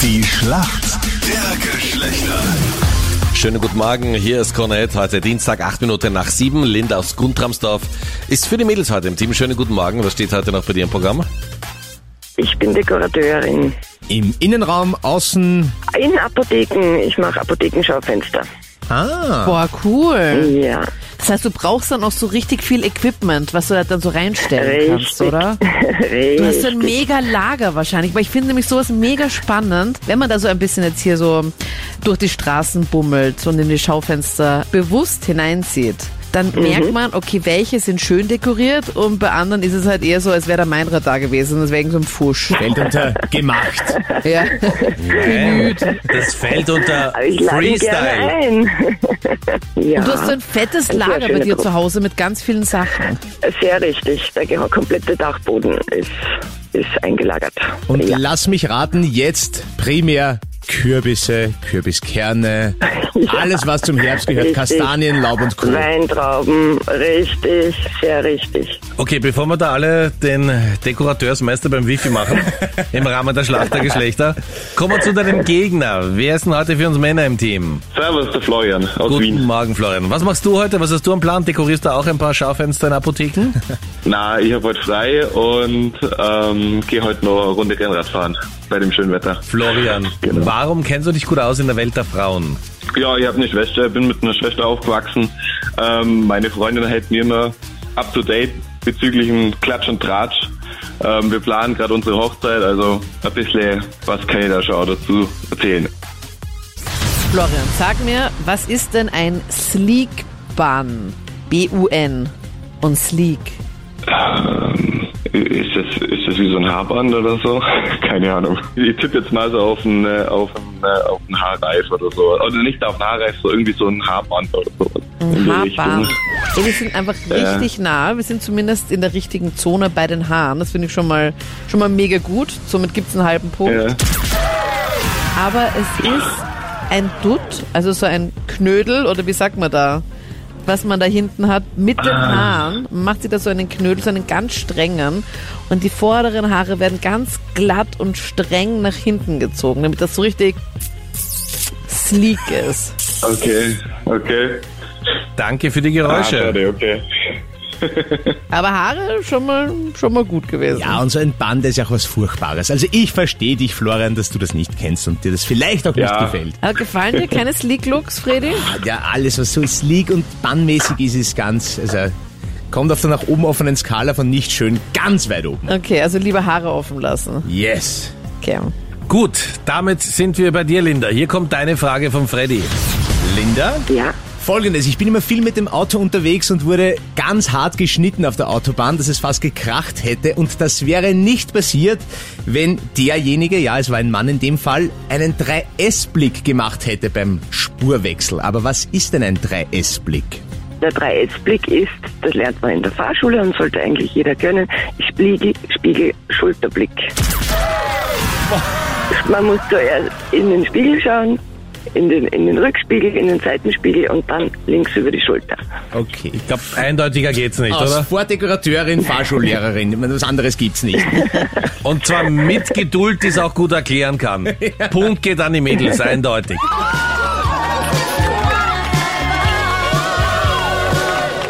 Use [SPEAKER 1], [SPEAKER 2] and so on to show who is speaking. [SPEAKER 1] Schlacht der Geschlechter.
[SPEAKER 2] Schönen guten Morgen, hier ist Cornet. Heute Dienstag, 8 Minuten nach 7. Linda aus Guntramsdorf ist für die Mädels heute im Team. Schönen guten Morgen. Was steht heute noch bei dir im Programm?
[SPEAKER 3] Ich bin Dekorateurin.
[SPEAKER 4] Im Innenraum, außen.
[SPEAKER 3] In Apotheken, ich mache Apothekenschaufenster.
[SPEAKER 4] Ah.
[SPEAKER 5] Boah, cool.
[SPEAKER 3] Ja,
[SPEAKER 5] Das heißt, du brauchst dann auch so richtig viel Equipment, was du da dann so reinstellen kannst,
[SPEAKER 3] Richtig.
[SPEAKER 5] oder? Du hast so ein
[SPEAKER 3] richtig.
[SPEAKER 5] mega Lager wahrscheinlich, weil ich finde nämlich sowas mega spannend, wenn man da so ein bisschen jetzt hier so durch die Straßen bummelt und in die Schaufenster bewusst hineinsieht. Dann merkt man, okay, welche sind schön dekoriert und bei anderen ist es halt eher so, als wäre da mein Radar gewesen, das wäre irgend so ein Fusch.
[SPEAKER 4] Fällt unter gemacht.
[SPEAKER 5] Ja.
[SPEAKER 2] Das fällt unter
[SPEAKER 3] Aber ich lade ihn gerne
[SPEAKER 2] Freestyle.
[SPEAKER 3] ein. ja,
[SPEAKER 5] Du hast so ein fettes
[SPEAKER 3] Ein sehr
[SPEAKER 5] Lager bei
[SPEAKER 3] schöner
[SPEAKER 5] dir
[SPEAKER 3] Gruß.
[SPEAKER 5] zu Hause mit ganz vielen Sachen.
[SPEAKER 3] sehr richtig. Der geho- komplette Dachboden ist, ist eingelagert.
[SPEAKER 4] Und
[SPEAKER 3] ja,
[SPEAKER 4] lass mich raten, jetzt primär Kürbisse, Kürbiskerne, alles was zum Herbst gehört,
[SPEAKER 3] Richtig.
[SPEAKER 4] Kastanien, Laub und Co.
[SPEAKER 3] Weintrauben, richtig, sehr richtig.
[SPEAKER 2] Okay, bevor wir da alle den Dekorateursmeister beim Wifi machen, im Rahmen der Schlacht der Geschlechter, kommen wir zu deinem Gegner. Wer ist denn heute für uns Männer im Team?
[SPEAKER 6] Servus, der Florian aus
[SPEAKER 2] Guten
[SPEAKER 6] Wien.
[SPEAKER 2] Morgen, Florian. Was machst du heute? Was hast du am Plan? Dekorierst du auch ein paar Schaufenster in Apotheken?
[SPEAKER 6] Na, ich habe heute frei und ähm, gehe heute noch eine Runde Rennrad fahren bei dem schönen Wetter.
[SPEAKER 2] Florian,
[SPEAKER 6] Genau.
[SPEAKER 2] warum kennst du dich gut aus in der Welt der Frauen?
[SPEAKER 6] Ja, ich habe eine Schwester, bin mit einer Schwester aufgewachsen. Ähm, meine Freundin hält mir immer up to date bezüglich dem Klatsch und Tratsch. Ähm, wir planen gerade unsere Hochzeit, also ein bisschen was kann ich da schon auch dazu erzählen.
[SPEAKER 5] Florian, sag mir, was ist denn ein Sleek Bun? B-U-N und Sleek.
[SPEAKER 6] Ist das, ist das wie so ein Haarband oder so? Keine Ahnung. Ich tippe jetzt mal so auf einen, äh, auf einen, äh, auf einen Haarreif oder so. Oder nicht auf einen Haarreif, so irgendwie so ein Haarband oder so. In die
[SPEAKER 5] Haarband.
[SPEAKER 6] Richtung.
[SPEAKER 5] Ey, Wir sind einfach
[SPEAKER 6] Ja.
[SPEAKER 5] richtig nah. Wir sind zumindest in der richtigen Zone bei den Haaren. Das finde ich schon mal, schon mal mega gut. Somit gibt's einen halben Punkt.
[SPEAKER 6] Ja.
[SPEAKER 5] Aber es ist ein Dutt, also so ein Knödel oder wie sagt man da? Was man da hinten hat, mit den Haaren macht sie da so einen Knödel, so einen ganz strengen. Und die vorderen Haare werden ganz glatt und streng nach hinten gezogen, damit das so richtig sleek ist.
[SPEAKER 6] Okay, okay.
[SPEAKER 2] Danke für die
[SPEAKER 6] Ah,
[SPEAKER 2] Geräusche.
[SPEAKER 6] schade, okay.
[SPEAKER 5] Aber Haare schon mal, schon mal gut gewesen.
[SPEAKER 4] Ja, und so ein Band ist ja auch was Furchtbares. Also ich verstehe dich, Florian, dass du das nicht kennst und dir das vielleicht auch nicht
[SPEAKER 6] Ja.
[SPEAKER 4] gefällt.
[SPEAKER 5] Aber gefallen dir keine Sleek Looks, Freddy?
[SPEAKER 4] Ja, alles, was so sleek und bandmäßig ist, ist ganz, also kommt auf der nach oben offenen Skala von nicht schön ganz weit oben.
[SPEAKER 5] Okay, also lieber Haare offen lassen.
[SPEAKER 4] Yes.
[SPEAKER 5] Okay.
[SPEAKER 2] Gut, damit sind wir bei dir, Linda. Hier kommt deine Frage von Freddy.
[SPEAKER 4] Linda?
[SPEAKER 3] Ja,
[SPEAKER 4] Folgendes, ich bin immer viel mit dem Auto unterwegs und wurde ganz hart geschnitten auf der Autobahn, dass es fast gekracht hätte und das wäre nicht passiert, wenn derjenige, ja es war ein Mann in dem Fall, einen 3S-Blick gemacht hätte beim Spurwechsel. Aber was ist denn ein 3S-Blick?
[SPEAKER 3] der 3S-Blick ist, das lernt man in der Fahrschule und sollte eigentlich jeder können, Spiegel, Spiegel, Schulterblick. Man muss zuerst in den Spiegel schauen, in den, in den Rückspiegel, in den Seitenspiegel und dann links über die Schulter.
[SPEAKER 4] Okay.
[SPEAKER 2] Ich glaube, eindeutiger geht's nicht,
[SPEAKER 4] Aus
[SPEAKER 2] oder?
[SPEAKER 4] Vordekorateurin, Fahrschullehrerin, Ich meine, was anderes gibt's nicht.
[SPEAKER 2] Und zwar mit Geduld, die es auch gut erklären kann. Punkt geht an die Mädels, eindeutig.